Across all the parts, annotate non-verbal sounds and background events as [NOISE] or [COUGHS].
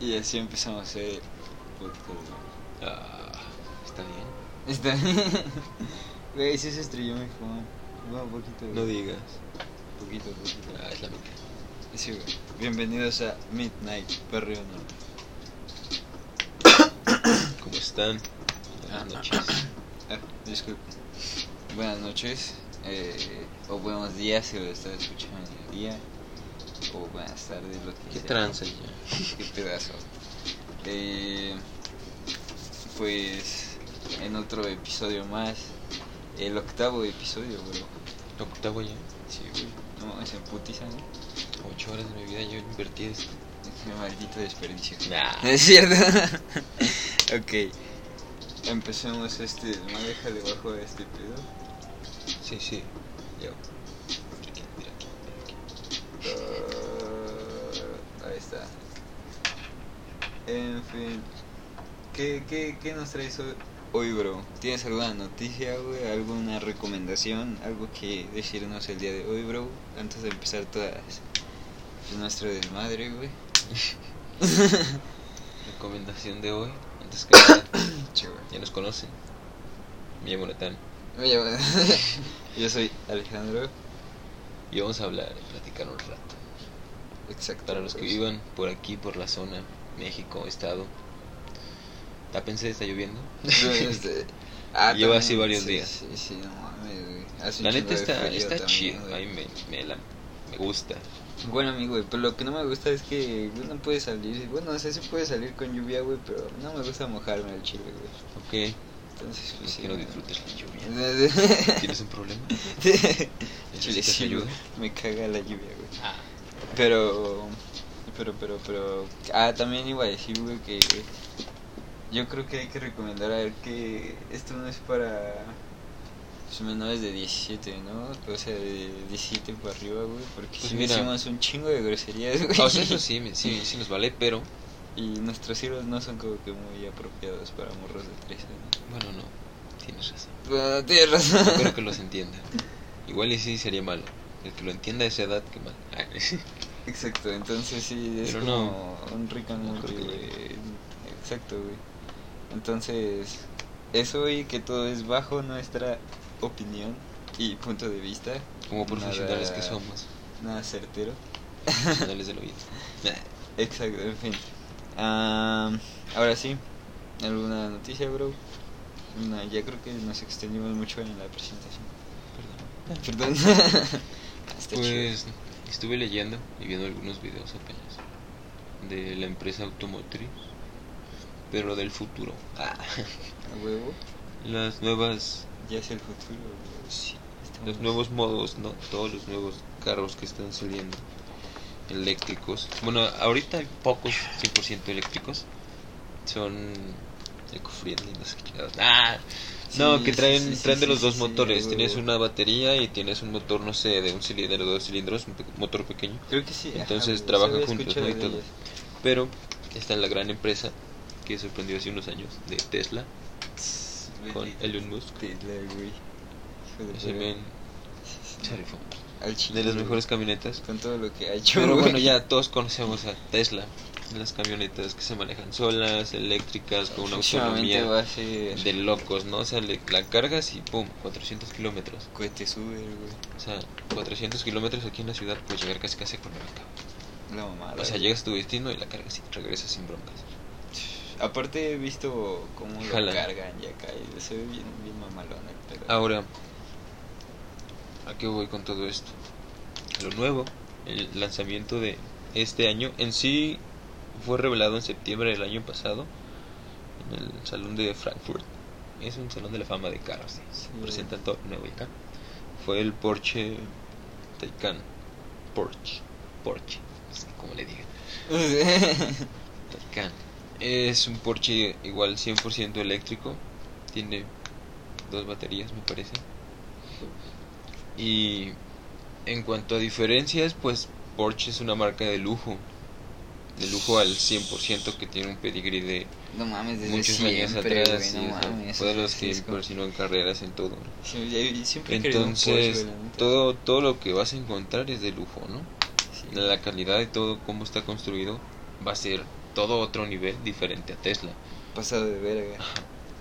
y así empezamos el podcast. Ah, está bien. Está bien. [LAUGHS] Güey, sí se estrelló mi phone. Bueno, poquito. No digas. Poquito, poquito. Ah, es la mica. Sí, güey. Bienvenidos a Midnight, perreo norte. [COUGHS] ¿Cómo están? Ah, Buenas noches. [COUGHS] Ah, disculpen. Buenas noches. eh, o buenos días si lo estás escuchando en el día. O buenas tardes, lo que ¿Qué sea. tranza ya? Qué pedazo. Eh, pues en otro episodio más. El octavo episodio, bro. Octavo ya. Sí, güey. No, es en putiza, ¿no? Ocho horas de mi vida yo invertí en esto. Es un maldito desperdicio. Nah. ¿No [LAUGHS] es cierto? ok. Empecemos este. No déjale bajo de este pedo. Sí, sí. Yo. Mira aquí, mira aquí, mira aquí. Ah, Eh, ahí está. En fin. ¿Qué, qué, qué nos traes hoy? Hoy, bro, ¿tienes alguna noticia, güey? ¿Alguna recomendación? ¿Algo que decirnos el día de hoy, bro? Antes de empezar todas pues, nuestro desmadre, güey. Recomendación de hoy. Antes que nada, Che, güey. ya nos conocen. Me llamo Natán. Me llamo- [LAUGHS] Yo soy Alejandro. Y vamos a hablar y platicar un rato. Exacto. Pues, Para los que [LAUGHS] vivan por aquí, por la zona, México, Estado. Tápense, está lloviendo. [LAUGHS] este, Lleva así varios días. ah, Sí, sí, no mames, güey. Hace un La neta chingo de está, frío está también, chido. güey. A mí me, me, la- me gusta. Bueno, amigo, güey, pero lo que no me gusta es que güey, no puede salir. Bueno, no sé si puede salir con lluvia, güey, pero no me gusta mojarme al chile, güey. Ok. Entonces, pues Es sí. que no güey. [LAUGHS] disfrutes la lluvia. Chile ¿Tienes un [LAUGHS] problema? sí, ayuda? güey, Me caga la lluvia, güey. Ah, Pero. Pero, pero, pero. Ah, también iba a decir, güey, que. Yo creo que hay que recomendar a ver que esto no es para. Pues menores de 17, ¿no? O sea, de 17 para arriba, güey. Porque Pues si mira. Ah, hicimos un chingo de groserías, güey. o sea, eso sí, me- sí, sí nos vale, pero [LAUGHS] Y nuestros hilos no son como que muy apropiados para morros de 13, ¿no? bueno, no, tienes razón. Bueno, tienes razón. Yo creo que los entiendan. Igual y sí sería malo. El que lo entienda a esa edad, qué mal. Ah, [LAUGHS] Exacto, entonces sí, es Pero como no. un Rick and No Morty, creo que güey. llegue. Exacto, güey. Entonces, eso y que todo es bajo nuestra opinión y punto de vista. Como profesionales Nada- que somos, Nada certero. profesionales del oído. Nah, Exacto, en fin. Am, ahora sí, ¿alguna noticia, bro? No, ya creo que nos extendimos mucho en la presentación. perdón. Perdón. [LAUGHS] Está chido. Pues estuve leyendo y viendo algunos videos apenas de la empresa automotriz, pero del futuro. Ah, [LAUGHS] A huevo, las nuevas ya es el futuro. güey. los Estamos- nuevos modos, ¿no? Todos los nuevos carros que están saliendo eléctricos. Bueno, ahorita hay pocos 100% eléctricos. Son eco-friendly, no sé qué chingados. ¡Ah! no, Sí, que sí, traen, sí, sí, traen de sí, los sí, dos sí, motores. güey. Tienes una batería y tienes un motor, no sé, de un cilindro, dos cilindros, un pe- motor pequeño. Creo que sí. ajá, Entonces, güey, trabajan se había juntos, escuchado ¿no? Y de todo. ellos. Pero está la gran empresa que sorprendió hace unos años de Tesla con Bendito Elon Musk. Tesla, güey. Hijo de Ese perra. men Sí, sí. se rifó. Al chile, De las güey. mejores camionetas. Con todo lo que ha hecho. Pero güey. bueno, ya todos conocemos a Tesla, las camionetas que se manejan solas, eléctricas, con [LAUGHS] una Próximamente va autonomía a ser. de locos, ¿no? O sea, le- la cargas y pum, 400 kilómetros. Cohete Uber, güey. O sea, 400 kilómetros aquí en la ciudad puedes llegar casi casi con bronca. La mamada. O sea, güey. llegas a tu destino y la cargas y regresas sin broncas. Aparte, he visto cómo lo Jala. cargan y acá. Y se ve bien, bien mamalón el pedo. Ahora, ¿a qué voy con todo esto? Lo nuevo, el lanzamiento de este año, en sí fue revelado en septiembre del año pasado en el Salón de Frankfurt. Es un salón de la fama de carros. Sí. Se presenta todo lo nuevo y acá. Fue el Porsche Taycan. Porsche. Porsche. Es que como le digan. Taycan. Es un Porsche igual 100% eléctrico. Tiene dos baterías, me parece. Y en cuanto a diferencias, pues Porsche es una marca de lujo. De lujo al 100% que tiene un pedigrí de [LAUGHS] no mames, desde muchos siempre, años atrás. güey, y, no o sea, mames. fue de los sí, que es como- impresionó en carreras en todo. ¿no? Sí, Siempre he querido un Porsche, Entonces, güey, la neta. todo, todo lo que vas a encontrar es de lujo, ¿no? sí. la calidad de todo, cómo está construido, va a ser todo otro nivel diferente a Tesla. Pasado de verga.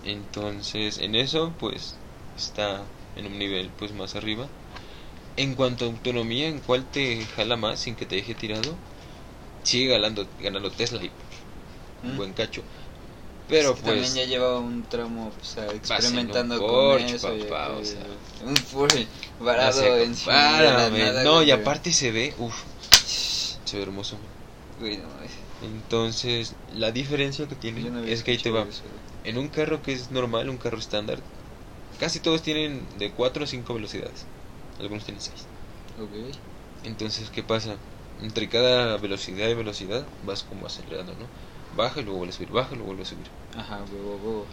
Entonces, en eso, pues, está en un nivel, pues, más arriba. En cuanto a autonomía, ¿en cuál te jala más sin que te deje tirado? Sigue ganando, ganando Tesla y Mm. buen cacho. Pero, Es que pues, También ya llevaba un tramo, o sea, experimentando un con Porsche, eso. y papá, acá, o sea. Un Porsche no varado se encima de la compara, men. nada, No, güey, y pero- aparte se ve, uff, se ve hermoso. Güey, no, mames. Entonces, la diferencia que tiene Yo no había es que ahí te va. escuchado eso, güey. En un carro que es normal, un carro estándar, casi todos tienen de 4 o 5 velocidades. Algunos tienen 6. Ok. Entonces, ¿qué pasa? Entre cada velocidad y velocidad vas como acelerando, ¿no? Baja y luego vuelve a subir, baja y luego vuelve a subir. Ajá, huevo, huevo.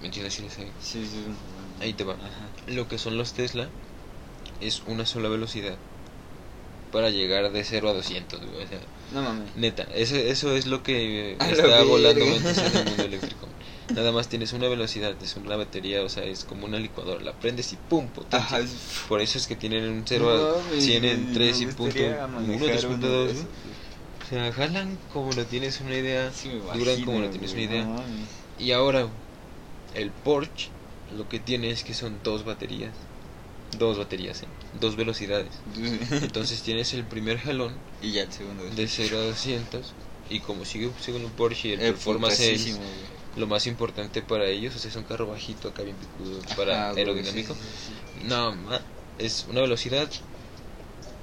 ¿Me entiendes? Sí, sí. Sí, sí. Ahí te va. Ajá. Lo que son los Tesla es una sola velocidad para llegar de 0 a 200, güey. O sea, No mames. Neta, eso, eso es lo que [LAUGHS] A la está verga. volando momentos en el [LAUGHS] mundo eléctrico. Nada más tienes una velocidad, es una batería, o sea, es como una licuadora. La prendes y pum, potencia. Ajá, es- Por eso es que tienen un 0 No a mames, 100 me en 3 y punto gustaría uno, manejar tres punto uno de dos, esos, ¿no? O sea, jalan como no tienes una idea, Sí, me duran como imagino, no tienes una güey, idea. no mames. [LAUGHS] Y ahora, el Porsche lo que tiene es que son dos baterías. Dos baterías, ¿eh? dos velocidades. Entonces tienes el primer jalón y ya el segundo. de 0 a 200 y como sigue según un Porsche el Eh, performance es putasísimo, güey. lo más importante para ellos, o sea, es un carro bajito acá bien picudo para Ajá, güey, aerodinámico. sí, sí, sí. No, ma- es una velocidad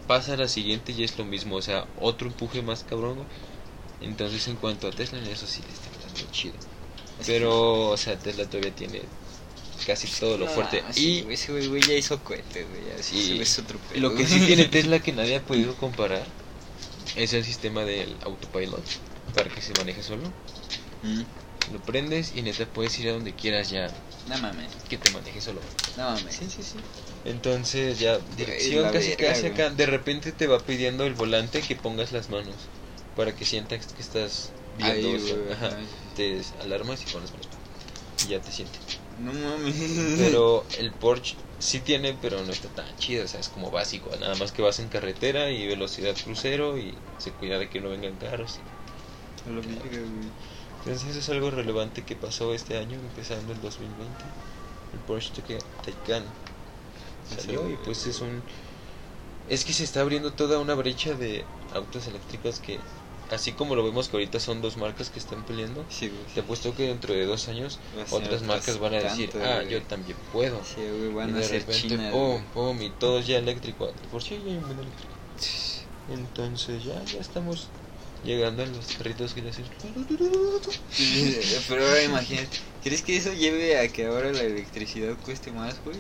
pasa a la siguente y es lo mismo, o sea, otro empuje más cabrón. güey. Entonces, en cuanto a Tesla, en eso sí le está pasando chido. Pero, o sea, Tesla todavía tiene casi todo lo No, ah, fuerte sí, y güey, ese güey, güey ya hizo cohetes, güey. Así Y- ese güey es otro Y lo pedo, que sí güey. tiene Tesla que nadie ha podido comparar es el sistema del autopilot para que se maneje solo. [LAUGHS] Mm. Lo prendes y neta puedes ir a donde quieras ya No mames, que te maneje solo. no mames. sí, sí. Entonces ya dirección la casi verga, casi güey. acá. De repente te va pidiendo el volante que pongas las manos para que sientas que estás viendo. Ahí, o sea, güey, ajá. ay. Te alarmas y pones manos. Y ya te sientes. [LAUGHS] No mames. [LAUGHS] Pero el Porsche sí tiene, pero no está tan chido, o sea, es como básico, nada más que vas en carretera y velocidad crucero y se cuida de que no vengan carros. A la verga, güey. Entonces eso es algo relevante que pasó este año, empezando el 2020. El Porsche Taycan- Taycan salió y pues es un... Es que se está abriendo toda una brecha de autos eléctricos que, así como lo vemos que ahorita son dos marcas que están peleando, Sí, güey. te apuesto que dentro de dos años Va a ser otras marcas van a decir, tanto, ah, güey". yo también puedo. Sí, güey, Y van a de ser repente, oh. chinas. pum, güey. pum, y todo ya eléctrico. Por si ya hay un buen eléctrico. Entonces ya, ya estamos llegando a los carritos que le hacen. [LAUGHS] Pero ahora imagínate, ¿crees que eso lleve a que ahora la electricidad cueste más, güey?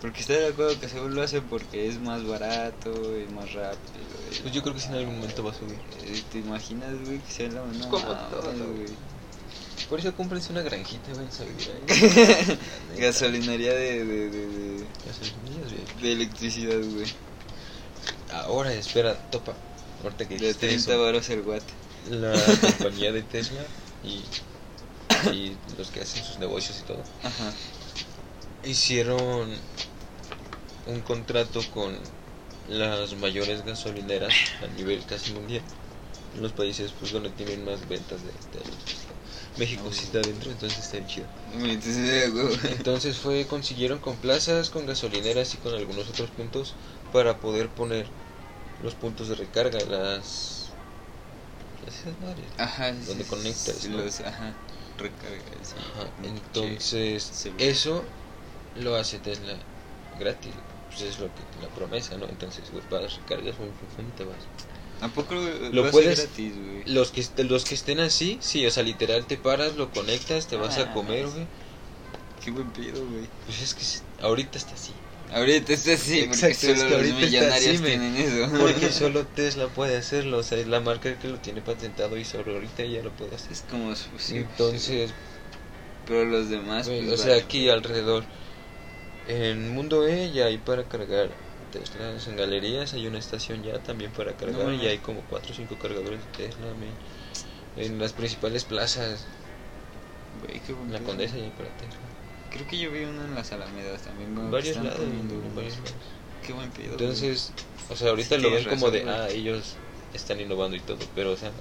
Porque está de acuerdo que según lo hacen porque es más barato y más rápido. y- Pues yo creo que si en algún momento va a subir. Eh, ¿Te imaginas, güey, que sea la mano? Como todo, Por eso cómprense una granjita, ven a vivir [LAUGHS] ahí. Gasolinería de, de, de, de, Gasolinerías, güey. de electricidad, güey. Ahora espera, topa. Ahorita que De dijiste 30 eso, baros el watt. La compañía de Tesla y, y los que hacen sus negocios y todo. Ajá. hicieron un contrato con las mayores gasolineras a nivel casi mundial. En los países pues donde tienen más ventas de, de electricidad. México sí está dentro, entonces está bien chido. Güey, Entonces, eh, güey. Entonces fue consiguieron con plazas, con gasolineras y con algunos otros puntos para poder poner los puntos de recarga, las esas madres. Ajá. sí, Donde sí, conectas, sí, ¿no? Los, ajá. Recargas. Ajá, Sí. Entonces, Ah, Sí. eso lo hace Tesla gratis. Pues es lo que la promesa, ¿no? Entonces, güey, vas, recargas, muy te vas. ¿A poco lo, Lo lo puedes- puedes? gratis, güey? Los que, est- los que estén así, sí, o sea, literal te paras, lo conectas, te vas a Ah, comer, sí. güey. Qué buen pedo, güey. Pues es que s- ahorita está así. Ahorita está así, porque Exacto, solo es que los ahorita está millonarios así, men. tienen [LAUGHS] eso. [LAUGHS] Porque solo Tesla puede hacerlo, o sea, es la marca que lo tiene patentado y solo ahorita ya lo puede hacer. Es como. su- sí, sí. Entonces, Pero los demás. Güey, pues, o sea, vale. aquí alrededor. En Mundo E ya hay para cargar Teslas. En galerías hay una estación ya también para cargar. No, y no. hay como 4 o 5 cargadores de Tesla. men. En las principales plazas. Güey, qué buen En la pedo. Condesa ya hay para Tesla. Creo que yo vi uno en las Alamedas también. En como que varios están lados. poniendo en unos. varios lados. qué buen pedo. güey. Entonces, o sea, ahorita Sí, lo ven tienes como de, razón, güey. ah, ellos están innovando y todo, pero, o sea,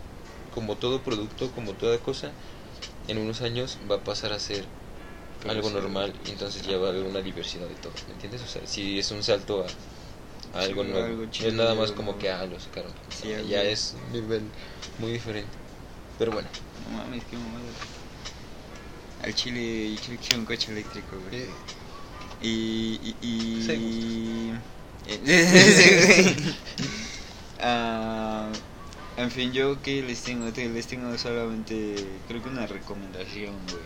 como todo producto, como toda cosa, en unos años va a pasar a ser Pero algo sí, normal güey. y entonces ya va a haber una diversidad de todo, ¿me entiendes? O sea, si es un salto a, a Sí, algo nuevo, algo no chido, es nada algo más como nuevo. que, ah, lo sacaron, O Sí, sea, algo- ya es un nivel muy diferente, pero bueno. No mames, qué mamada. Al chile, yo creo que un coche eléctrico, güey. Y. y, y... Sí. [LAUGHS] Ah, en fin, yo que les tengo, Te- les tengo solamente, creo que una recomendación, güey.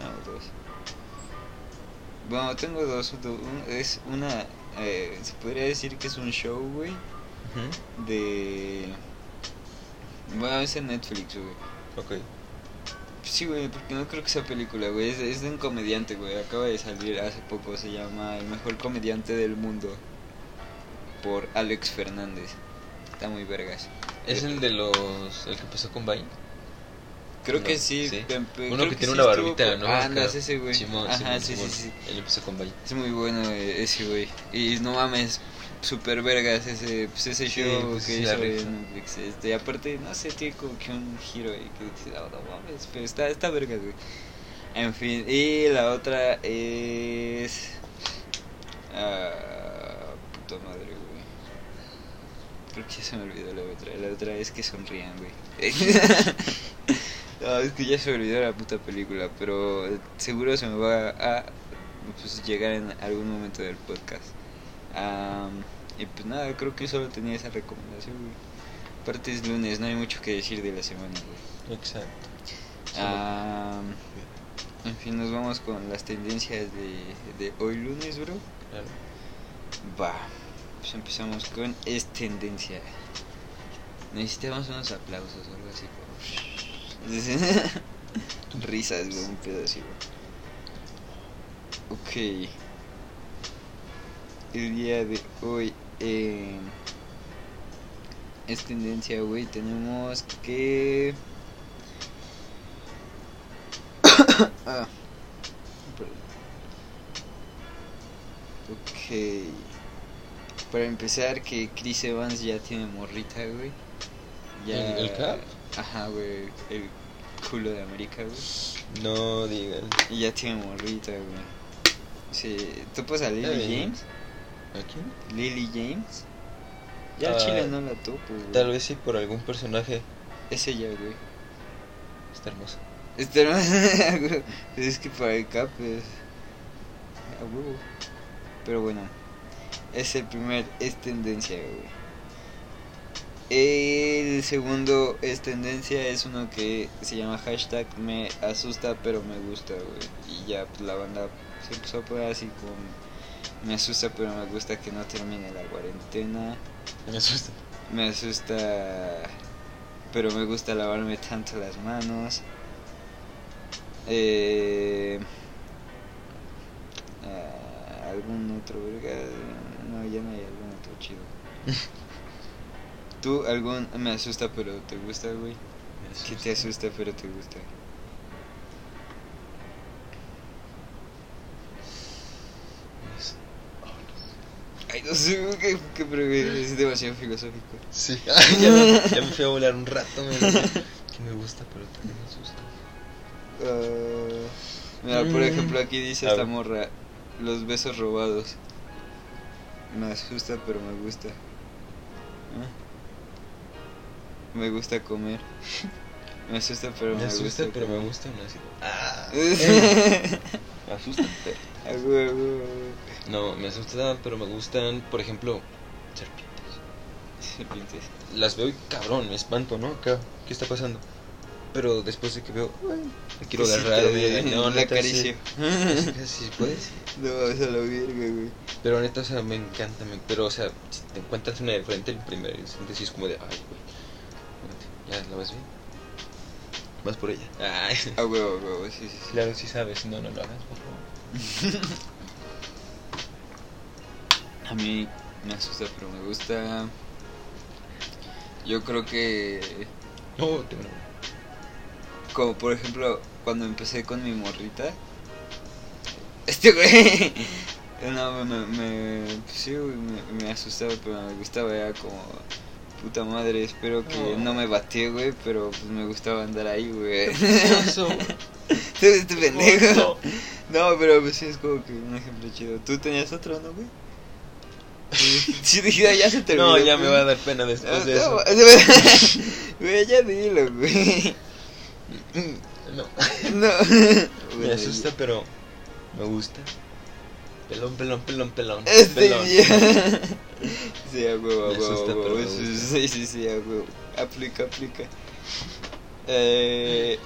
No, dos. Bueno, tengo dos. do- un- es una, eh, se podría decir que es un show, güey, Ujú, de... Bueno, es en Netflix, güey. Ok, Sí, güey, porque no creo que sea película, güey. Es, es de un comediante, güey. Acaba de salir hace poco. Se llama El mejor comediante del mundo. Por Alex Fernández. Está muy vergas. ¿es el de los, el que pasó con Vine? Creo No, que sí. sí. pe- pe- Uno creo que, tiene sí una estuvo barbita, por- ¿no? Ah, Acá. no, es ese, güey. Simón, Ajá, Simón, sí, sí, Simón. sí. Él empezó con Vine. Es muy bueno eh, ese, güey. Y no mames, super vergas ese, pues, ese Sí, show pues, que sí, hizo la rifa. en Netflix. Este, y aparte, no sé, tiene como que un giro ahí que dices, "Ah, no mames, pero está, está vergas, güey. En fin, y la otra es. Ah, puta madre, güey. Creo que ya se me olvidó la otra. La otra es que sonrían, güey. [LAUGHS] no, es que ya se me olvidó la puta película, pero seguro se me va a pues, llegar en algún momento del podcast. Am, y pues nada, creo que solo tenía esa recomendación, güey. Aparte es lunes, no hay mucho que decir de la semana, güey. Exacto. Ah. Am, en fin, nos vamos con las tendencias de, de hoy lunes, bro. Claro. Va, pues empezamos con es tendencia. Necesitamos unos aplausos o algo así. como- [LAUGHS] Risas, güey, un pedo así, güey. Ok. El día de hoy eh, es tendencia, güey. Tenemos que... [COUGHS] Ah, perdón. Ok. Para empezar, que Chris Evans ya tiene morrita, güey. ¿El- el Cap? Ajá, güey. El culo de América, güey. No digas. Y ya tiene morrita, güey. Sí. ¿Topas a Lily Eh, James? ¿A quién? ¿Lily James? Ya al Ah, chile no la topo, güey. Tal vez sí por algún personaje. Es ella, güey. Está hermoso. Este no [LAUGHS] pues es que para el cap es a huevo. Pero bueno, es el primer es tendencia, güey. El segundo es tendencia es uno que se llama hashtag me asusta pero me gusta, güey. Y ya pues, la banda se empezó a poner así con me asusta pero me gusta que no termine la cuarentena. Me asusta. Me asusta, pero me gusta lavarme tanto las manos. Eh, ah, ¿Algún otro verga? No, ya no hay algún otro chido. ¿Tú algún me asusta pero te gusta, güey? ¿Qué te asusta pero te gusta? Ay, no sé, güey, qué, qué pregunta, es demasiado filosófico. Sí. [LAUGHS] Ay, ya, me- ya me fui a volar un rato. Me que me gusta, pero también me asusta. Ah, mira, por Mm. ejemplo, aquí dice A esta ver. morra: Los besos robados. Me asusta, pero me gusta. Ah. Me gusta comer. [LAUGHS] Me asusta, pero me, me asusta, gusta. pero me comer. gusta. No así. [LAUGHS] Ah, me asusta. pero- A huevo, [LAUGHS] güey. [LAUGHS] No, me asusta, pero me gustan, por ejemplo, serpientes. Serpientes. Las veo y cabrón, me espanto, ¿no? Acá, ¿Qué está pasando? Pero después de que veo, ay, me quiero Cosita, agarrar. güey, güey, No, [LAUGHS] [LAUGHS] la neta, acaricio. [LAUGHS] Sí, Casi, puedes. No, vamos a la verga, güey. Pero neta, o sea, me encanta, me- pero o sea, si te encuentras una de frente, el primer instante sí es como de, ay, güey, espérate, ya la vas bien, vas por ella. Ay, A huevo, a huevo, sí, sí, sí. [LAUGHS] claro, sí sabes, no, no lo hagas, por favor. A mí me asusta, pero me gusta. Yo creo que No, [LAUGHS] te no. Como por ejemplo, cuando empecé con mi morrita. Este güey. [LAUGHS] No, me, me, pues sí, güey, me, me asustaba, pero me gustaba, era como, puta madre, espero que Oh. no me batee, güey, pero pues me gustaba andar ahí, güey. [LAUGHS] Oso. Tú este pendejo. Oso. No, pero pues sí, es como que un ejemplo chido. Tú tenías otro, ¿no, [LAUGHS] güey? Sí, dije, "Ah, ya se terminó. No, ya güey. me va a dar pena después de eso. No, no, [LAUGHS] Güey, ya dilo, güey. No. eh. [LAUGHS] No. Me asusta, pero me gusta. Pelón, pelón, pelón, pelón. Este pelón. día. [LAUGHS] Sí, a huevo, a Me huevo, asusta, a pero huevo. me Sí, gusta. sí, sí, sí, a huevo. Aplica, aplica. Eh,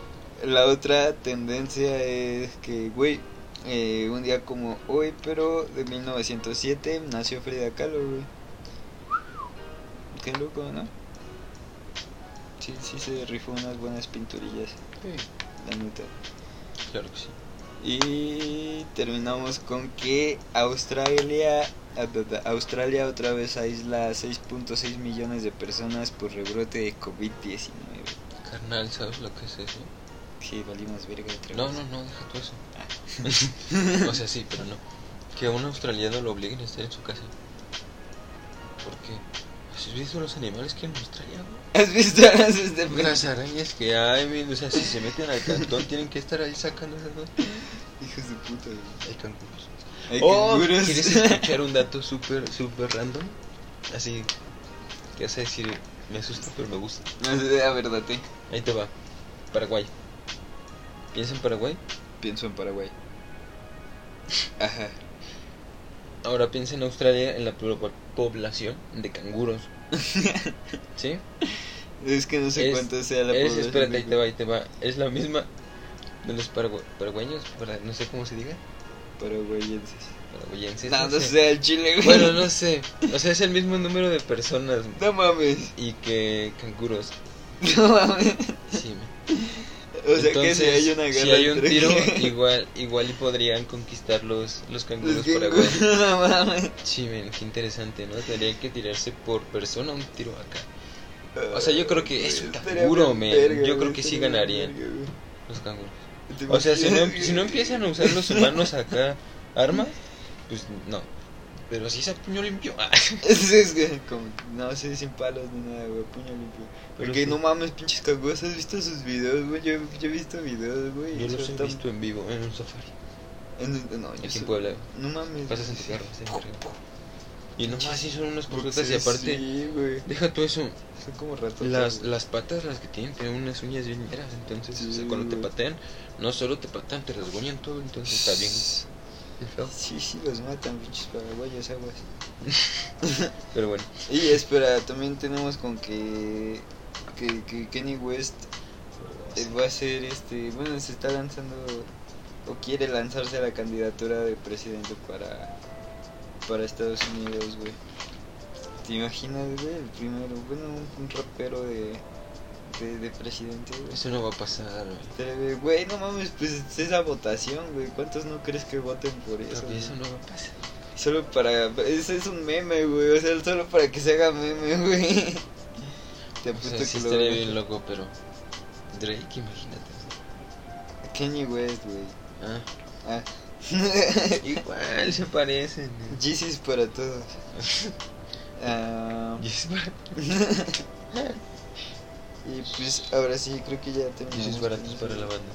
la otra tendencia es que, güey, eh, un día como hoy, pero de 1907, nació Frida Kahlo, güey. Qué loco, ¿no? Sí, sí se rifó unas buenas pinturillas, la neta. Claro que sí. Y terminamos con que Australia Australia otra vez aísla a 6.6 millones de personas por rebrote de COVID-19. Carnal, ¿sabes lo que es eso? Que valimos verga otra No, vez. no, no, deja tú eso. [LAUGHS] o sea, sí, pero no. Que a un australiano lo obliguen a estar en su casa. Pues, Porque, ¿has visto los animales que hay en Australia? güey? [LAUGHS] ¿Has visto [LAUGHS] las este Las arañas que hay, men, o sea, si se meten al cantón tienen que estar ahí sacando esas cosas. Hijos de puta. güey. Hay canguros. Hay Oh, canguros. ¿Quieres escuchar un dato súper, súper random? Así, que vas a decir, me asusta, pero me gusta. [LAUGHS] No sé, a ver, date. Ahí te va. Paraguay. ¿Piensa en Paraguay? Pienso en Paraguay. Ajá. Ahora piensa en Australia, en la pro- población de [LAUGHS] canguros. ¿Sí? Es que no sé Es- cuánto sea la es, población espérate, de- ahí te va, ahí te va. Es la misma de los paragu- paragüeños, para- no sé cómo se diga. Paraguayenses. Paraguayenses. No, no sé, al chile, güey. Bueno, no sé. O sea, es el mismo número de personas No mames. [LAUGHS] y que canguros. No mames. Sí, me- O sea que si Entonces, hay una guerra si hay un entre- [LAUGHS] tiro, igual, igual y podrían conquistar los, los Los canguros gringos, paraguayos. [LAUGHS] no mames. Sí, men, qué interesante, ¿no? Tendrían que tirarse por persona un tiro acá. O sea, yo creo que es un Estaría canguro, bien men. verga, Yo creo güey, que sí estaría bien ganarían. verga, güey. Los canguros. ¿Te O sea, si no, imaginas, si no güey? empiezan a [LAUGHS] usar los humanos acá armas, pues no. Pero si es a puño limpio. ah. Es, es que como- no sé, sin palos ni nada, güey, puño limpio. Pero Porque sí. no mames, pinches canguros, ¿has visto sus videos, güey? Yo, yo he visto videos, güey. Yo eso los he está- visto en vivo, en un safari. en- no, yo Aquí sé- en Puebla. No mames. Pasas en tu carro, está en verga. Y nomás sí son unas cosas y Boxers, aparte... Sí, güey. Deja tú eso, Son como ratos. Pues Las, las patas, las que tienen, tienen unas uñas bien ñeras, entonces o sea, Sí, cuando te güey. patean, no solo te patean, te rasguñan todo, entonces está bien feo. Sí, sí, los matan, pinches paraguayos, aguas. Pero bueno, Y espera, también tenemos con que, que, que Kenny West eh, va a ser este, bueno, se está lanzando o quiere lanzarse a la candidatura de presidente para para Estados Unidos, güey. ¿Te imaginas, güey? El primero, bueno, un, un rapero de, de, de presidente, güey. eso no va a pasar, güey. Estaría bien, Güey, no mames, pues es esa votación, güey. ¿Cuántos no crees que voten por eso? Papi, güey? eso no va a pasar. Solo para. Ese es un meme, güey. O sea, solo para que se haga meme, [LAUGHS] güey. Te O apuesto sea, sí que lo estaría va a bien hacer. loco, pero Drake, imagínate. Kanye West, güey. Ah, Ah. [LAUGHS] igual se parecen. Jesus para [LAUGHS] todos. Ah, Y es para- y pues ahora sí, creo que ya terminamos. y es baratos con para la eso. banda.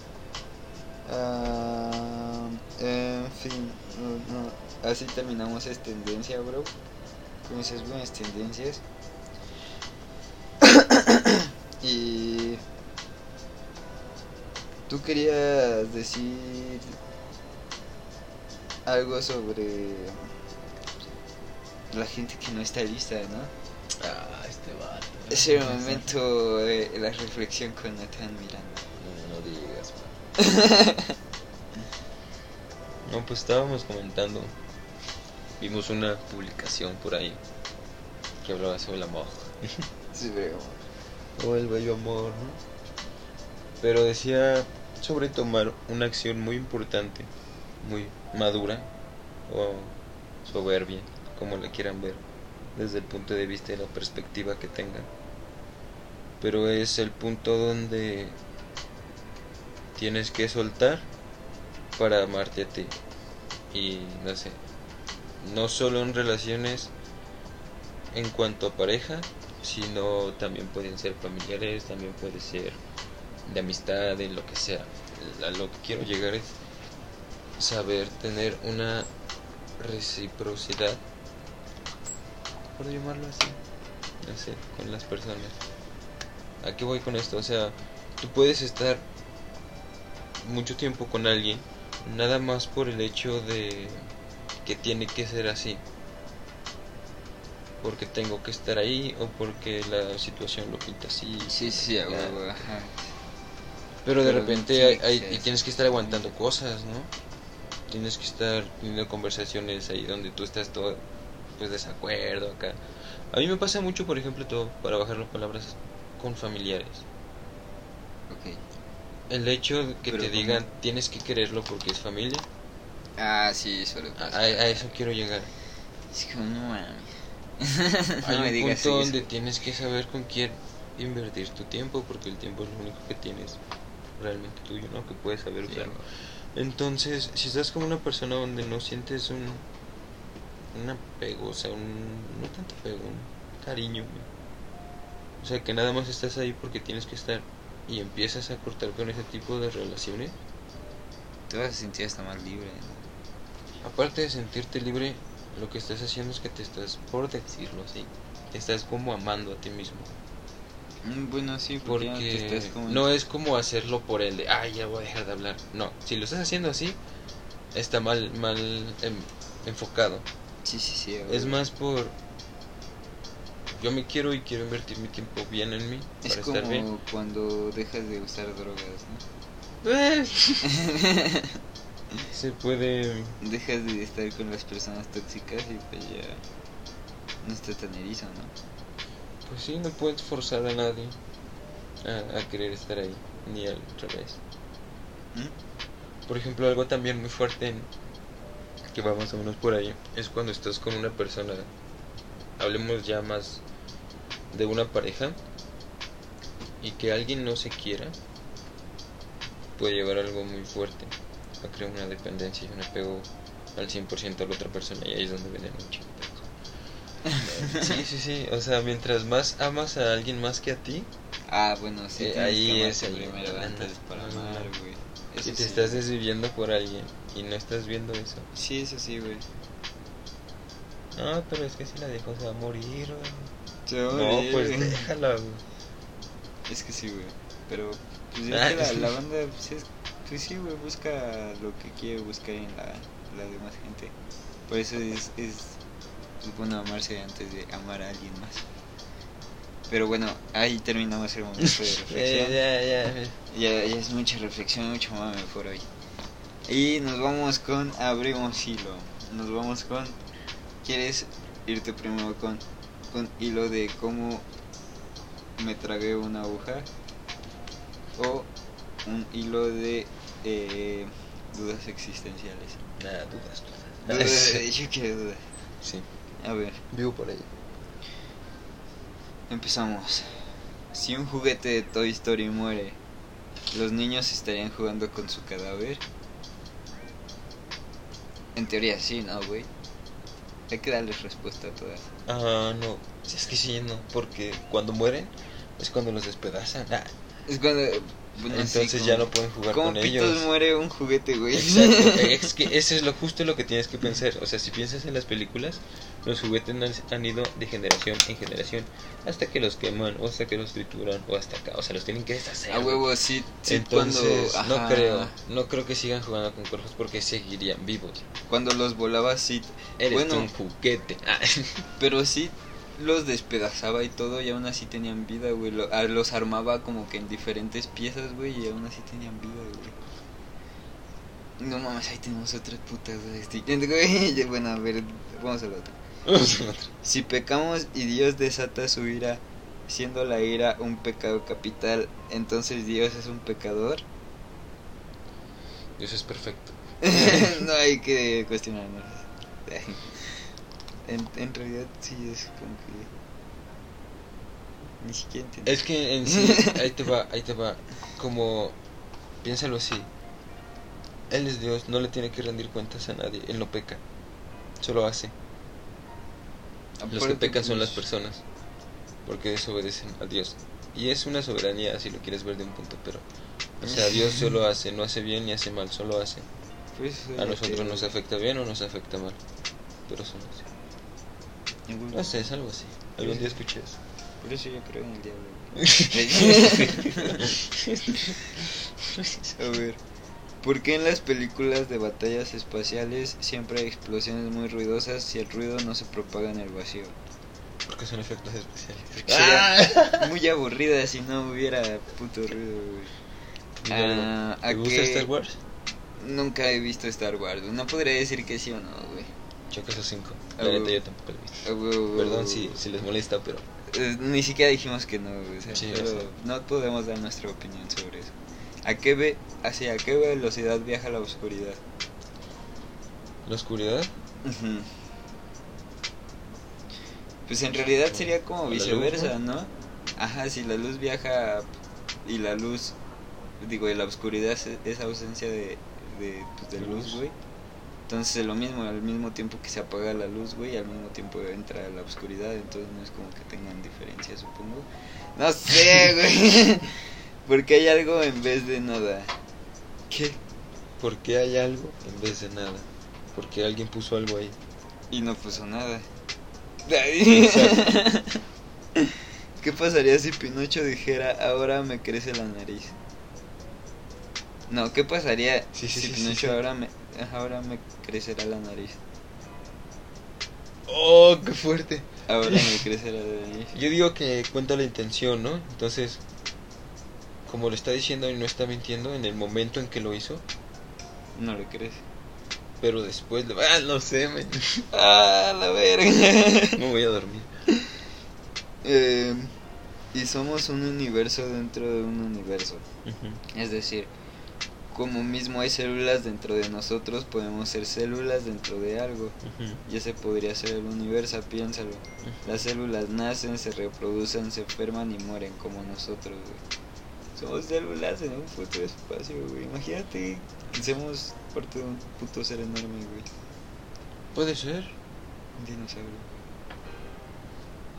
Ah, en fin, no, no, así terminamos es tendencia, bro. Con esas buenas tendencias. [COUGHS] y tú querías decir algo sobre la gente que no está lista, ¿no? Ah, este vato. Es el momento de la reflexión con Nathan Miranda. No, no digas, [LAUGHS] No, pues estábamos comentando. Vimos una publicación por ahí que hablaba sobre el amor. Sí, pero- O el bello amor, ¿no? Pero decía sobre tomar una acción muy importante, muy madura o soberbia, como la quieran ver, desde el punto de vista y la perspectiva que tengan. Pero es el punto donde tienes que soltar para amarte a ti. Y no sé, no solo en relaciones en cuanto a pareja, sino también pueden ser familiares, también puede ser de amistad, de lo que sea. A lo que quiero llegar es saber tener una reciprocidad, por llamarlo así, no sé, con las personas. ¿A qué voy con esto? O sea, tú puedes estar mucho tiempo con alguien, nada más por el hecho de que tiene que ser así. Porque tengo que estar ahí o porque la situación lo pinta así. Sí, sí, Ya. a huevo, ajá. Pero de Pero repente tiene hay, que hay- ser. y tienes que estar aguantando cosas, ¿no? Tienes que estar teniendo conversaciones ahí donde tú estás todo pues desacuerdo acá. A mí me pasa mucho, por ejemplo, todo para bajar las palabras con familiares. Ok. El hecho de que Pero te ¿cómo? digan tienes que quererlo porque es familia, Ah, sí, eso lo a, a- a eso quiero llegar. Es como, no [LAUGHS] mames. Hay no me un digas punto eso. donde tienes que saber con quién invertir tu tiempo porque el tiempo es lo único que tienes realmente tuyo, ¿no? Que puedes saber Sí, a usarlo. huevo. Entonces, si estás con una persona donde no sientes un, un apego, o sea, un, no tanto apego, un cariño, güey. o sea, que nada más estás ahí porque tienes que estar y empiezas a cortar con ese tipo de relaciones, Te vas a sentir hasta más libre. ¿no? aparte de sentirte libre, lo que estás haciendo es que te estás, por decirlo así, te estás como amando a ti mismo. Mm, Bueno, sí, porque, ya no te Porque estás como- no es como hacerlo por el de, ay, ya voy a dejar de hablar. No, si lo estás haciendo así, está mal, mal em, enfocado. Sí, sí, sí. a huevo. Es más por... Yo me quiero y quiero invertir mi tiempo bien en mí para Es estar [LAUGHS] bien. como cuando dejas de usar drogas, Eh, ¿no? se puede... dejas de estar con las personas tóxicas y pues ya no está tan erizo, ¿no? Pues sí, no puedes forzar a nadie a, a querer estar ahí, ni al revés. ¿Mm? Por ejemplo, algo también muy fuerte en- que va más o menos por ahí es cuando estás con una persona, hablemos ya más de una pareja, y que alguien no se quiera, puede llevar algo muy fuerte a crear una dependencia y un apego al 100% a la otra persona, y ahí es donde viene un [LAUGHS] chingo de cosas. Sí, sí, sí, o sea, mientras más amas a alguien más que a ti, Ah, bueno, sí. Eh, tienes ahí que es amarte ahí, primero anda, antes para anda. amar, güey. y Eso te sí. estás desviviendo por alguien y no estás viendo eso. Sí, eso sí, güey. No, pero es que si la dejo se va a morir, güey. Te No, va a doler, pues güey. déjala, güey. Es que sí, güey. Pero pues Ah, ya que la, sí. la banda, pues, es- pues sí, güey, busca lo que quiere buscar en la, la demás gente. Por eso es, es, es bueno amarse antes de amar a alguien más. Pero bueno, ahí terminamos [LAUGHS] el momento de reflexión. Eh, ya, ya. Ya, ya es mucha reflexión, mucho mame por hoy. Y nos vamos con Abrimos Hilo. Nos vamos con. ¿Quieres irte primero con, con hilo de cómo me tragué una aguja? O un hilo de eh, dudas existenciales. Nada, dudas, dudas. Dudas- yo quiero dudas. Eh, Sí, A ver, vivo por ello. empezamos. Si un juguete de Toy Story muere, ¿los niños estarían jugando con su cadáver? En teoría sí, ¿no, güey? Hay que darles respuesta a todas. Ah, no. Si es que sí, no. Porque cuando mueren es cuando los despedazan. Ah, Es cuando... bueno, sí, entonces como- ya no pueden jugar como con pitos ellos. muere un juguete, güey? Exacto, es que eso es lo justo lo que tienes que pensar. O sea, si piensas en las películas, los juguetes han- han ido de generación en generación hasta que los queman, o hasta que los trituran, o hasta acá. O sea, los tienen que deshacer. [LAUGHS] a huevo, sí. sí, Entonces, cuando, no ajá, creo, no creo que sigan jugando con cuerpos porque seguirían vivos. Cuando los volaba, sí. Eres bueno, tú un juguete. [LAUGHS] Ah, Pero sí los despedazaba y todo y aún así tenían vida, güey. Lo- a- Los armaba como que en diferentes piezas, güey, y aún así tenían vida, güey. No mames, ahí tenemos otras putas, güey. Estoy- [LAUGHS] güey, ya, Bueno, a ver, vamos al otro. vamos al otro. Si pecamos y Dios desata su ira, siendo la ira un pecado capital, entonces Dios es un pecador. Dios es perfecto. [LAUGHS] no hay que [LAUGHS] cuestionarnos. En, en realidad sí es como que... Ni siquiera entendí. Es que en [LAUGHS] sí, ahí te va, ahí te va. Como, piénsalo así. Él es Dios, no le tiene que rendir cuentas a nadie, él no peca. solo hace. Los que Aparte, pecan son pues, las personas, porque desobedecen a Dios. Y es una soberanía si lo quieres ver de un punto, pero... O sea, Dios solo hace, no hace bien ni hace mal, solo hace. pues, eso es A lo nosotros que- nos afecta bien o nos afecta mal, pero solo hace. No sé, es algo así. Algún día escuché [LAUGHS] eso. Por eso yo creo en el diablo. [LAUGHS] A ver. ¿Por qué en las películas de batallas espaciales siempre hay explosiones muy ruidosas si el ruido no se propaga en el vacío? Porque son efectos especiales. Ah, Sería muy aburrida si no hubiera puto ruido, güey. Ah, ¿Te ¿a gusta qué? Star Wars? Nunca he visto Star Wars. güey. No podría decir que sí o no, güey. Yo que esos cinco. Ah, La neta huevo. yo tampoco lo he visto. Ah, güey, güey, Perdón güey. si, si les molesta, pero Eh, Ni siquiera dijimos que no, güey, o sea, Sí, pero o sea. no podemos dar nuestra opinión sobre eso. ¿A qué ve, hacia qué velocidad viaja la oscuridad? la oscuridad. Ujú. Pues en realidad sería como A la luz, viceversa, ¿no? Ajá, si la luz viaja y la luz, digo, y la oscuridad es, es ausencia de, de, pues, de De luz, luz. güey. Entonces es lo mismo, al mismo tiempo que se apaga la luz, güey, al mismo tiempo entra la oscuridad, entonces no es como que tengan diferencia, supongo. No sé, [LAUGHS] güey. Porque hay algo en vez de nada. ¿Qué? ¿Por qué hay algo en vez de nada? Porque alguien puso algo ahí. Y no puso nada. Exacto. [LAUGHS] ¿Qué pasaría si Pinocho dijera, ahora me crece la nariz? No, ¿qué pasaría Sí, sí, si sí, sí, sí. Pinocho Ahora, me, ahora me crecerá la nariz? ¡Oh, qué fuerte! Ahora me crecerá la nariz. Yo digo que cuenta la intención, ¿no? Entonces, como lo está diciendo y no está mintiendo en el momento en que lo hizo, No le crece. pero después... le- ¡Ah, no sé, men! ¡Ah, la [LAUGHS] verga! Me voy a dormir. Eh, y somos un universo dentro de un universo. Ujú. Es decir, como mismo hay células dentro de nosotros, podemos ser células dentro de algo. Ujú. Y ese podría ser el universo, piénsalo. Las células nacen, se reproducen, se enferman y mueren como nosotros, güey. Somos células en un puto espacio, güey. Imagínate que seamos parte de un puto ser enorme, güey. Puede ser. Un dinosaurio.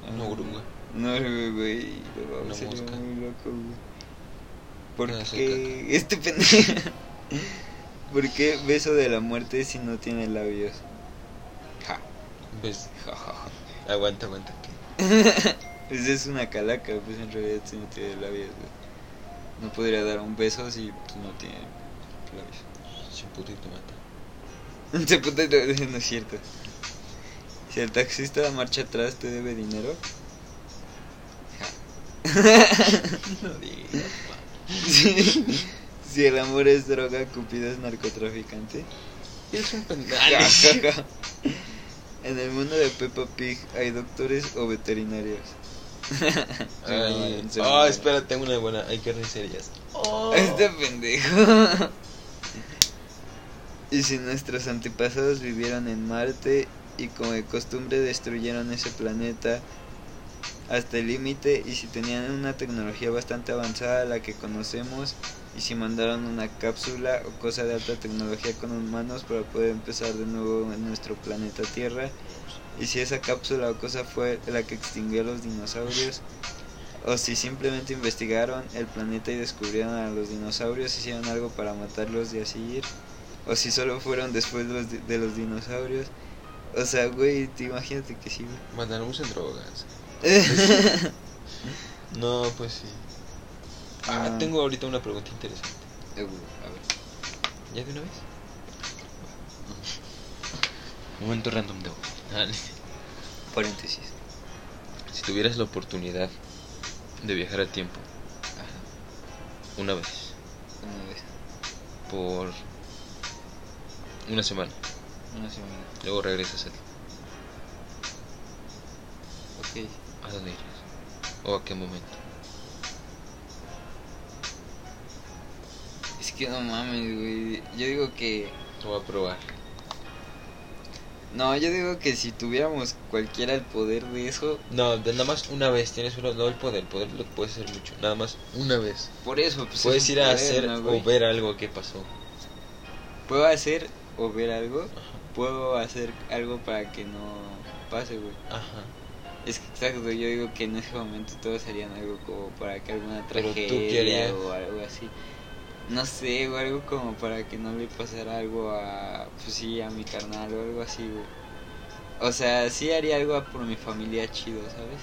Ah, Una oruga. No, güey, güey. No, Una sería mosca. muy loco, güey. Una Porque este pendejo. [LAUGHS] ¿Por qué beso de la muerte si no tiene labios? Ja, Pues, ja, ja, ja. aguanta, aguanta. que- Pues es una calaca, pues en realidad si no tiene labios, güey. No podría dar un beso si pues, no tiene labios. [LAUGHS] Su putito mata. Se puta, no no es cierto. Si el taxista marcha atrás, ¿te debe dinero? No digas, si el amor es droga, Cupido es narcotraficante. Es un pendejo. Ja, ja, ja. [LAUGHS] en el mundo de Peppa Pig, ¿hay doctores o veterinarios? [LAUGHS] Se Ay, mamaron, se oh, mamaron. espera, tengo una buena. Hay que riserias. Este pendejo. Y si nuestros antepasados vivieron en Marte y como de costumbre destruyeron ese planeta hasta el límite y si tenían una tecnología bastante avanzada la que conocemos y si mandaron una cápsula o cosa de alta tecnología con humanos para poder empezar de nuevo en nuestro planeta Tierra y si esa cápsula o cosa fue la que extinguió a los dinosaurios o si simplemente investigaron el planeta y descubrieron a los dinosaurios, hicieron algo para matarlos y así ir. O si solo fueron después los di- de los dinosaurios. O sea, güey, te imagínate que sí, güey. Mandaremos en drogas. [LAUGHS] No, pues sí. Ah, Ah. tengo ahorita una pregunta interesante. Eh, güey, a ver. ¿Ya de una vez? Momento random de hoy. Dale. Paréntesis. Si tuvieras la oportunidad de viajar al tiempo Ajá, una vez una vez. por una semana, Una semana. luego regresas Ok. a, a dónde irías o a qué momento. Es que no mames, güey. Yo digo que. Lo voy a probar. No, yo digo que si tuviéramos cualquiera el poder de eso. No, de- nada más una vez tienes solo no el poder, el poder lo puedes hacer mucho, nada más una vez. Por eso, pues. puedes es un ir a poder, hacer ¿no, o güey? ver algo que pasó. Puedo hacer o ver algo. puedo hacer algo para que no pase, güey. Ajá. Es que exacto, yo digo que en ese momento todos harían algo como para que alguna Pero tú, ¿qué tragedia harías? o algo así. No sé, o algo como para que no le pasara algo a, pues sí, a mi carnal o algo así, güey. O sea, sí haría algo por mi familia chido, ¿sabes?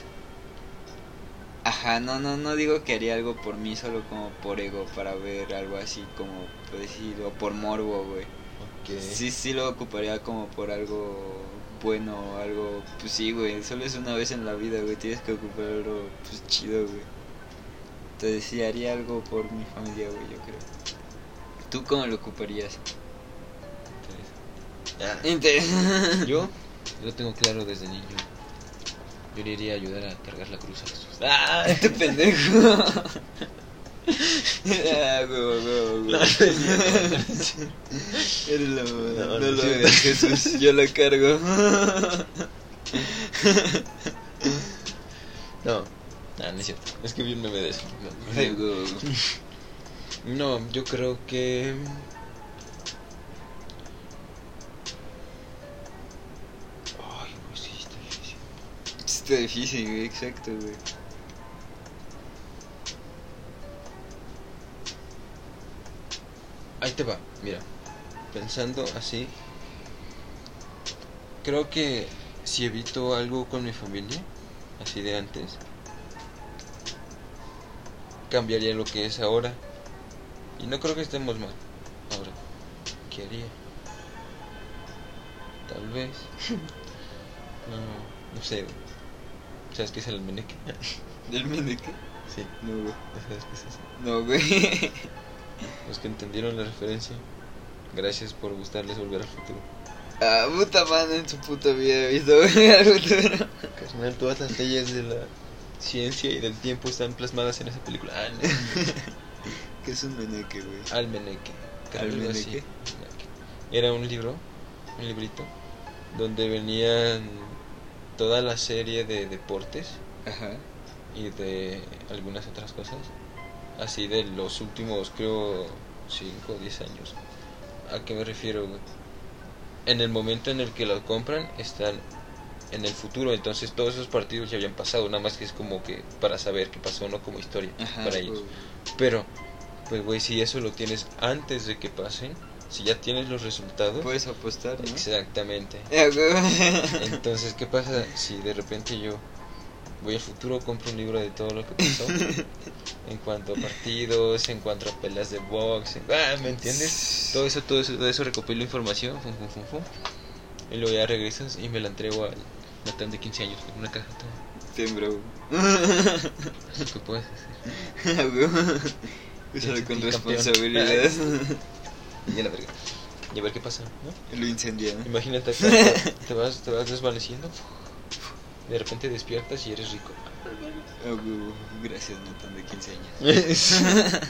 Ajá, no, no, no digo que haría algo por mí, solo como por ego, para ver algo así como, por decir, o por morbo, güey. Ok. Sí, sí lo ocuparía como por algo bueno, algo... Pues sí, güey, solo es una vez en la vida, güey, tienes que ocupar algo pues, chido, güey. Entonces sí, haría algo por mi familia, güey, yo creo. ¿Tú cómo lo ocuparías? Ah. Inter- [LAUGHS] [CLEARS THROAT] Yo Ah. lo tengo claro desde niño. Yo le iría a ayudar a cargar la cruz a Jesús. ¡Ah! Este pendejo. ah, huevo, huevo, No, huevo. no es cierto. Eres la mamada. No, No, no lo es cierto. hagas, Jesús, yo lo [LAUGHS] cargo. [LAUGHS] No, Ah, no es cierto. Es que vi un meme de eso. No, Huevo, huevo, huevo. No, yo creo que. Ay, güey, sí, está difícil. Está difícil, güey, exacto, güey. Ahí te va, mira. Pensando así, creo que si evito algo con mi familia, así de antes, cambiaría lo que es ahora. Y no creo que estemos mal. Ahora, ¿qué haría? Tal vez. [LAUGHS] No, no sé. güey. ¿Sabes qué es el almeneque? ¿Del meneque? [LAUGHS] Sí, No, güey. ¿sabes qué es eso? No, güey. [LAUGHS] Los que entendieron la referencia, gracias por gustarles volver al futuro. Ah, puta madre en su puta vida he visto, güey, [LAUGHS] algo duro. Carnal, todas las leyes de la ciencia y del tiempo están plasmadas en esa película. Ah, no. ¿Qué es un meneque, güey? Almeneque. Creo que algo así. Almeneque. Almeneque. Era un libro, un librito, donde venían toda la serie de deportes Ajá. y de algunas otras cosas. Así de los últimos, creo, 5 o 10 años. ¿A qué me refiero? güey? En el momento en el que lo compran, están en el futuro. Entonces, todos esos partidos ya habían pasado. Nada más que es como que para saber qué pasó, no como historia Ajá. para güey. ellos. Pero, pues, güey, si eso lo tienes antes de que pasen, si ya tienes los resultados. Puedes apostar, Pues, ¿no? [LAUGHS] Exactamente. Eh, güey. [LAUGHS] Entonces, ¿qué pasa si de repente yo voy al futuro, compro un libro de todo lo que pasó? en cuanto a partidos, en cuanto a peleas de box, en- ah, ¿me entiendes? Todo eso, todo eso, todo eso recopilo información, fum, fum, fum, fum, y luego ya regresas y me la entrego al Natán de 15 años con una caja toda. Tembro. [LAUGHS] güey. Es lo que puedes hacer. Ah, güey. Úsalo sentí con campeón. responsabilidad. Y a la verga. Y a ver qué pasa, ¿no? [LAUGHS] Lo incendiaron. Imagínate acá, te- te vas, te vas desvaneciendo, de repente despiertas y eres rico. Ah, güey. Gracias, Natán, de 15 años. Bueno,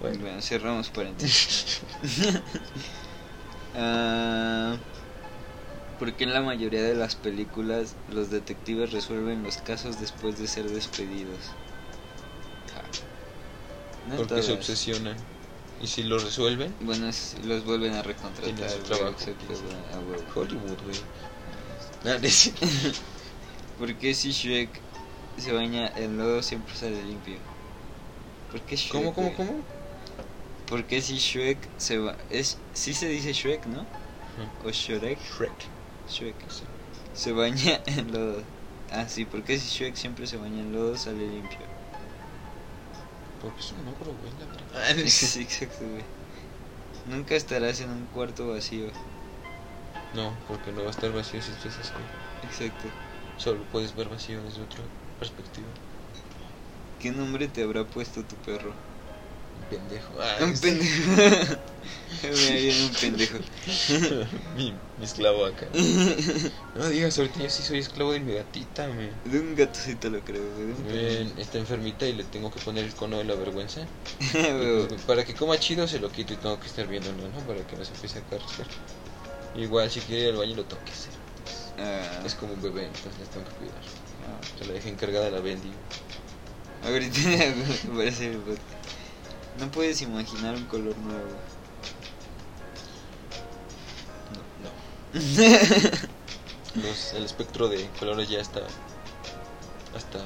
Bueno, cerramos [LAUGHS] paréntesis. Ah, ¿Por qué en la mayoría de las películas los detectives resuelven los casos después de ser despedidos? Ja. No en porque se todas. obsesionan. Y si lo resuelven, Bueno, es- los vuelven a recontratar. Tienen su güey, trabajo, exacto, tienen su- güey, a huevo. [LAUGHS] Hollywood, güey. Ah, [LAUGHS] Nah, no es cierto. ¿Por qué si Shrek se baña en lodo siempre sale limpio? ¿Por qué Shrek? ¿Cómo, cómo, güey? cómo? ¿Por qué si Shrek se va... Es... Sí se dice Shrek, ¿no? ¿O Shrek? Shrek. Shrek. Se baña [LAUGHS] en lodo. Ah, sí, porque si Shrek siempre se baña en lodo, sale limpio. Porque es un ogro, güey, la verdad. [LAUGHS] sí, exacto, güey. Nunca estarás en un cuarto vacío. No, porque no va a estar vacío si estás así. Exacto. Solo puedes ver vacío desde otra perspectiva. ¿Qué nombre te habrá puesto tu perro? Un pendejo. [LAUGHS] Ah, Un es- pendejo. [LAUGHS] Me viene un pendejo. [LAUGHS] mi, mi esclavo [LAUGHS] acá. No digas, ahorita yo sí soy esclavo de mi gatita, me. De un gatocito lo creo, güey. de un [LAUGHS] Ven, está enfermita y le tengo que poner el cono de la vergüenza. Y, pendejo. pues, para que coma chido se lo quito y tengo que estar viéndolo, ¿no? Para que no se empiece a cargar. Igual si quiere ir al baño lo tengo que hacer. Ah, Es como un bebé, entonces tengo que cuidar. ah. Se la dejé encargada a la Bendy. Ahorita [LAUGHS] parece el podcast. No puedes imaginar un color nuevo. [LAUGHS] Los- el espectro de colores ya está hasta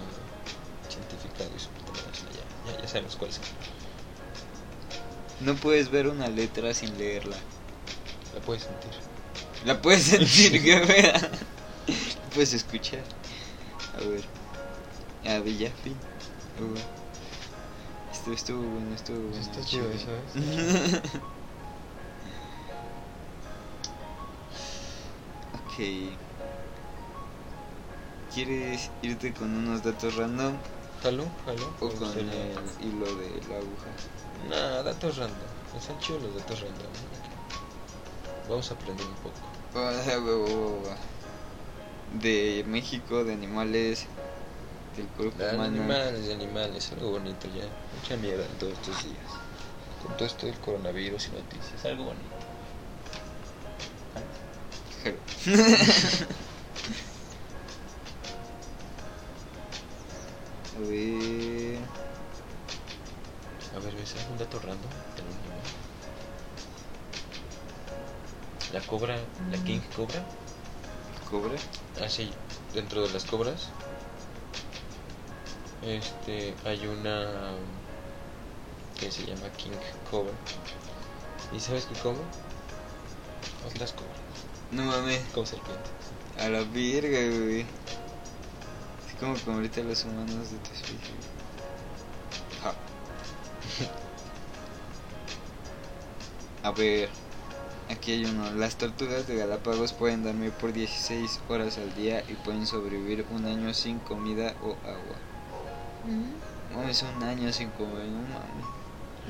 cientificado y su puta madre, o sea, ya, ya, ya sabemos cuál es. No puedes ver una letra sin leerla. La puedes sentir. La [LAUGHS] puedes sentir, que vea. La puedes escuchar. A ver. A ver, ya, fin. Ah, bueno. Esto estuvo bueno, estuvo bueno. Está chido eso, ¿eh? [LAUGHS] ok. ¿Quieres irte con unos datos random ¿Jalo? ¿Jalo? o Me con el gustaría- hilo de la aguja? Nah, datos random. Están chidos los datos random. ¿no? Vamos a aprender un poco. Ah, va, va, va, va. De México, de animales, del cuerpo De humano. animales, de animales, algo bonito ya. Mucha mierda en todos estos días. Con todo esto del coronavirus y noticias, algo bonito. Jero. [LAUGHS] A ver. A ver, ¿ves algún dato random? Te lo digo. La cobra, la king cobra, ¿Cobra? hace Ah, dentro de las cobras. Este, hay una que se llama king cobra. ¿Y sabes qué come? Otras cobras, No mames. como serpientes. A la verga, güey. Es como como ahorita los humanos de tu especie. Ah. Ja. [LAUGHS] A ver. Aquí hay uno. Las tortugas de Galápagos pueden dormir por 16 horas al día y pueden sobrevivir un año sin comida o agua. Mames, un año sin comer, no mames.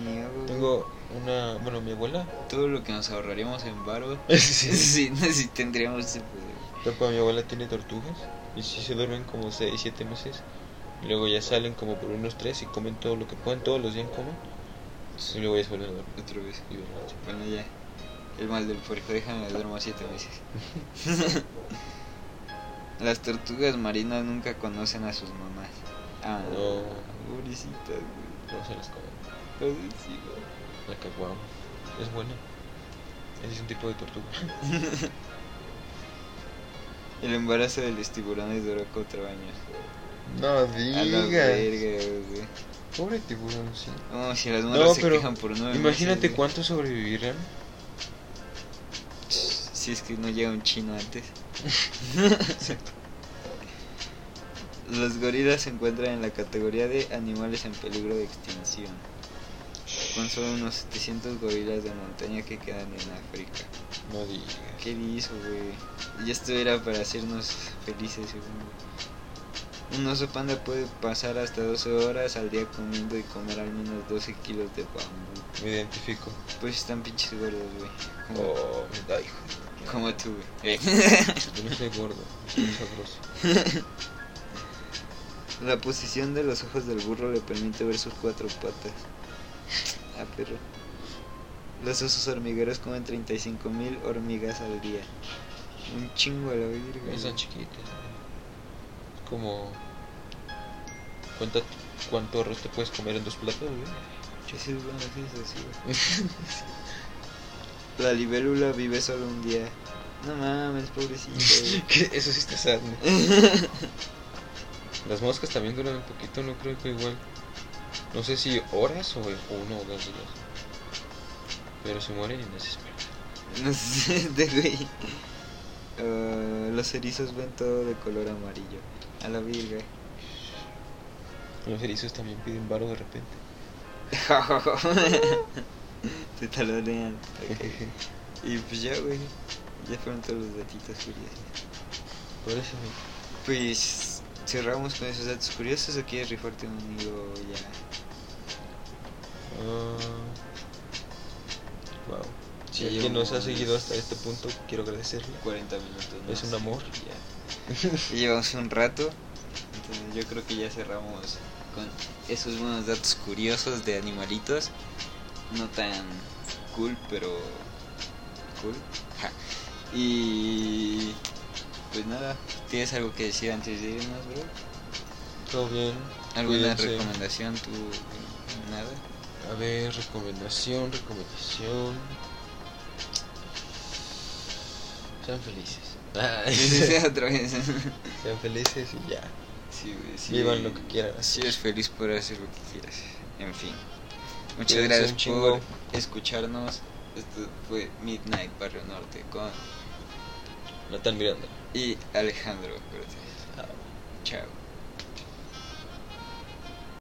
Ni agua. güey. Tengo una, bueno, mi abuela. Todo lo que nos ahorraríamos en barro. [LAUGHS] sí, sí, no, sí tendríamos ese poder. Papá, mi abuela tiene tortugas y si se duermen como 6, 7 meses. Y luego ya salen como por unos 3 y comen todo lo que pueden, todos los días comen. Y luego ya se vuelven a dormir. Otra vez. Y duermen así. Bueno, ya. El mal del puerco, déjame duermo siete meses. [LAUGHS] Las tortugas marinas nunca conocen a sus mamás. Ah, No. pobrecitas, güey. Luego se las comen. Pobrecitas. La caguama. Es buena. Ese es un tipo de tortuga. El embarazo de los tiburones duró cuatro años. No A la verga, güey. Pobre tiburón, sí. No, si las No, morras se pero quejan por nueve Imagínate meses, güey. cuántos sobrevivirán. Si es que no llega un chino antes. Los gorilas se encuentran en la categoría de animales en peligro de extinción. Con solo unos 700 gorilas de montaña que quedan en África. No digas. ¿Qué hizo, güey? Y esto era para hacernos felices, según güey. Un oso panda puede pasar hasta 12 horas al día comiendo y comer al menos 12 kilos de bambú. Me identifico. Pues están pinches gordos, güey. Como, Oh, ay, como tú, güey. Yo no soy gordo, soy sabroso. La posición de los ojos del burro le permite ver sus cuatro patas. Ah, perro. Los osos hormigueros comen 35.000 hormigas al día. Un chingo a la virga. Están güey. chiquitas. Es como. Cuenta cuánto arroz te puedes comer en dos platos, [LAUGHS] güey. Eso es bueno, eso es así, güey. La libélula vive solo un día. No [LAUGHS] mames, pobrecita. Que Eso sí está sad. ¿no? Las moscas también duran un poquito, no creo que igual. No sé si horas o o uno o dos días. Pero se mueren y desesperan. güey. No sé, de güey. Ah, los erizos ven todo de color amarillo. A la virga. Los erizos también piden varo de repente. [LAUGHS] Te talonean. Y pues ya, güey. Ya fueron todos los datitos curiosos. [LAUGHS] Por eso, güey. Pues cerramos con esos datos curiosos o quieres rifarte un amigo ya. Ah. wow. Si Ya alguien nos ha llevamos- seguido hasta este punto, quiero agradecerle. 40 minutos. Es un amor. Ya. Ya llevamos un rato. Entonces yo creo que ya cerramos con esos buenos datos curiosos de animalitos. No tan cool, pero cool. Ja. Y pues nada, ¿tienes algo que decir antes de irnos, bro? Todo bien. ¿Alguna Cuídense. recomendación? ¿Tú nada? [LAUGHS] A ver, recomendación, recomendación. Sean felices. Esa otra vez. [LAUGHS] Sean felices y ya. Sí, güey, sí. Vivan lo que quieran. Si eres feliz, puedes hacer lo que quieras. En fin. Muchas Cuídense gracias un chingo. por escucharnos. Esto fue Midnight Barrio Norte con. No están mirando. Ah, Y Alejandro, acuérdate. Chao.